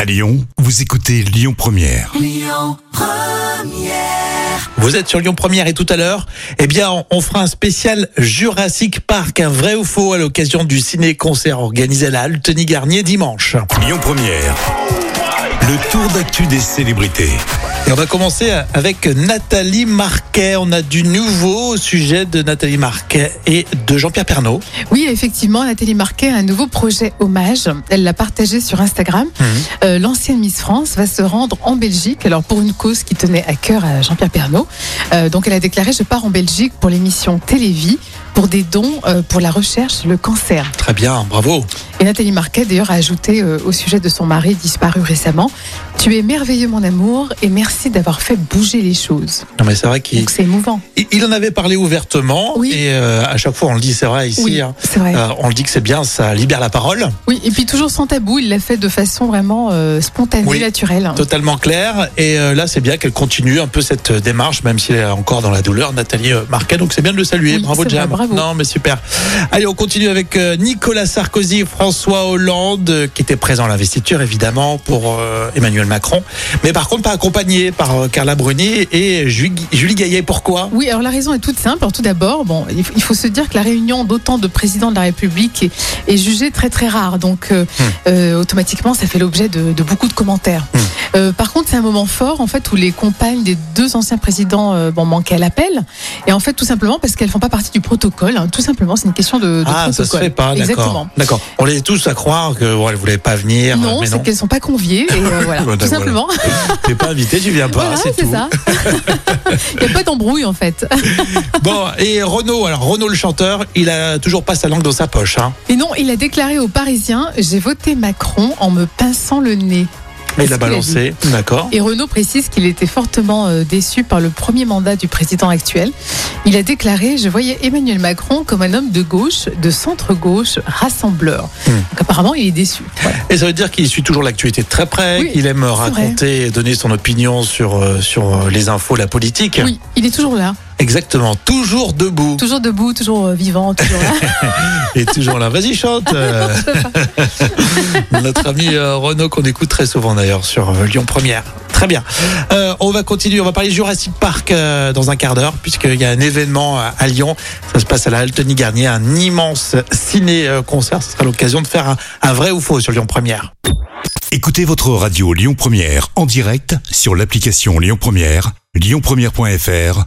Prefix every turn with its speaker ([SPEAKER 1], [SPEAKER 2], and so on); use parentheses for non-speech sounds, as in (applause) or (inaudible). [SPEAKER 1] À Lyon, vous écoutez Lyon Première.
[SPEAKER 2] Vous êtes sur Lyon Première et tout à l'heure, eh bien, on- on fera un spécial Jurassic Park, un vrai ou faux, à l'occasion du ciné-concert organisé à la Halle Tony Garnier dimanche.
[SPEAKER 1] Lyon Première. Le tour d'actu des célébrités.
[SPEAKER 2] Et on va commencer avec Nathalie Marquet. On a du nouveau au sujet de Nathalie Marquet et de Jean-Pierre Pernaud.
[SPEAKER 3] Oui, effectivement, Nathalie Marquet a un nouveau projet hommage. Elle l'a partagé sur Instagram.
[SPEAKER 2] Mmh.
[SPEAKER 3] Euh, L'ancienne Miss France va se rendre en Belgique, alors pour une cause qui tenait à cœur à Jean-Pierre Pernaud. Euh, donc elle a déclaré Je pars en Belgique pour l'émission Télévie, pour des dons euh, pour la recherche sur le cancer.
[SPEAKER 2] Très bien, bravo.
[SPEAKER 3] Et Nathalie Marquet, d'ailleurs, a ajouté euh, au sujet de son mari disparu récemment Tu es merveilleux, mon amour, et merci d'avoir fait bouger les choses.
[SPEAKER 2] Non mais c'est vrai qu'il
[SPEAKER 3] Donc c'est émouvant.
[SPEAKER 2] il- il en avait parlé ouvertement
[SPEAKER 3] Oui.
[SPEAKER 2] et euh, à chaque fois on le dit, c'est vrai ici. hein.
[SPEAKER 3] c'est vrai.
[SPEAKER 2] Euh, on le dit que c'est bien, ça libère la parole.
[SPEAKER 3] Oui, et puis toujours sans tabou, il l'a fait de façon vraiment euh, spontanée,
[SPEAKER 2] Oui.
[SPEAKER 3] naturelle.
[SPEAKER 2] Totalement clair. Et euh, là, c'est bien qu'elle continue un peu cette euh, démarche, même si elle est encore dans la douleur, Nathalie euh, Marquet. Donc c'est bien de le saluer.
[SPEAKER 3] Oui,
[SPEAKER 2] bravo,
[SPEAKER 3] c'est
[SPEAKER 2] Jam.
[SPEAKER 3] vrai, bravo.
[SPEAKER 2] Non, mais super. Allez, on continue avec euh, Nicolas Sarkozy et François Hollande, euh, qui étaient présents à l'investiture, évidemment, pour euh, Emmanuel Macron. Mais par contre, pas accompagnés par euh, Carla Bruni et Julie, Julie Gaillet. Pourquoi
[SPEAKER 3] Oui, alors la raison est toute simple. Alors, tout d'abord, bon, il faut- il faut se dire que la réunion d'autant de présidents de la République est, est jugée très très rare. Donc euh, euh, automatiquement, ça fait l'objet de, de beaucoup de commentaires.
[SPEAKER 2] Hmm.
[SPEAKER 3] Euh, par contre, c'est un moment fort en fait où les compagnes des deux anciens présidents euh, bon, manquaient à l'appel. Et en fait, tout simplement parce qu'elles font pas partie du protocole. hein. Tout simplement, c'est une question de, de
[SPEAKER 2] Ah,
[SPEAKER 3] protocole.
[SPEAKER 2] ça se fait pas, d'accord.
[SPEAKER 3] Exactement.
[SPEAKER 2] D'accord. On les tous à croire que bon, elle voulait pas venir.
[SPEAKER 3] Non,
[SPEAKER 2] Ah, mais
[SPEAKER 3] c'est
[SPEAKER 2] non. (laughs) Bah,
[SPEAKER 3] qu'elles sont pas conviées. Et, euh, voilà,
[SPEAKER 2] Voilà,
[SPEAKER 3] tout simplement.
[SPEAKER 2] T'es pas invité, tu viens pas.
[SPEAKER 3] (laughs) Voilà,
[SPEAKER 2] c'est
[SPEAKER 3] c'est
[SPEAKER 2] tout.
[SPEAKER 3] ça. (laughs) Il n'y a pas d'embrouille en fait.
[SPEAKER 2] Bon, et Renaud, alors Renaud le chanteur, il a toujours pas sa langue dans sa poche. Hein.
[SPEAKER 3] Et non, il a déclaré aux Parisiens J'ai voté Macron en me pinçant le nez.
[SPEAKER 2] Mais il l'a
[SPEAKER 3] C'est ce qu'il a
[SPEAKER 2] balancé, d'accord.
[SPEAKER 3] Et Renault précise qu'il était fortement euh, déçu par le premier mandat du président actuel. Il a déclaré Je voyais Emmanuel Macron comme un homme de gauche, de centre-gauche, rassembleur. Donc apparemment, il est déçu. Voilà.
[SPEAKER 2] Et ça veut dire qu'il suit toujours l'actualité de très près,
[SPEAKER 3] Oui,
[SPEAKER 2] qu'il aime
[SPEAKER 3] vrai.
[SPEAKER 2] raconter et donner son opinion sur, euh, sur euh, les infos, la politique.
[SPEAKER 3] Oui, il est toujours là,
[SPEAKER 2] Exactement, toujours debout
[SPEAKER 3] toujours debout, toujours euh, vivant, toujours là.
[SPEAKER 2] et toujours là. Vas-y, chante euh. Notre ami euh, Renaud qu'on écoute très souvent d'ailleurs sur euh, Lyon Première. Très bien. Euh, on va continuer, on va parler Jurassic Park euh, dans un quart d'heure, puisqu'il y a un événement euh, à, à Lyon. Ça se passe à la Halle Tony Garnier, un immense ciné-concert. Ce sera l'occasion de faire un- un vrai ou faux sur Lyon Première.
[SPEAKER 1] Écoutez votre radio Lyon Première en direct sur l'application Lyon Première, lyonpremière.fr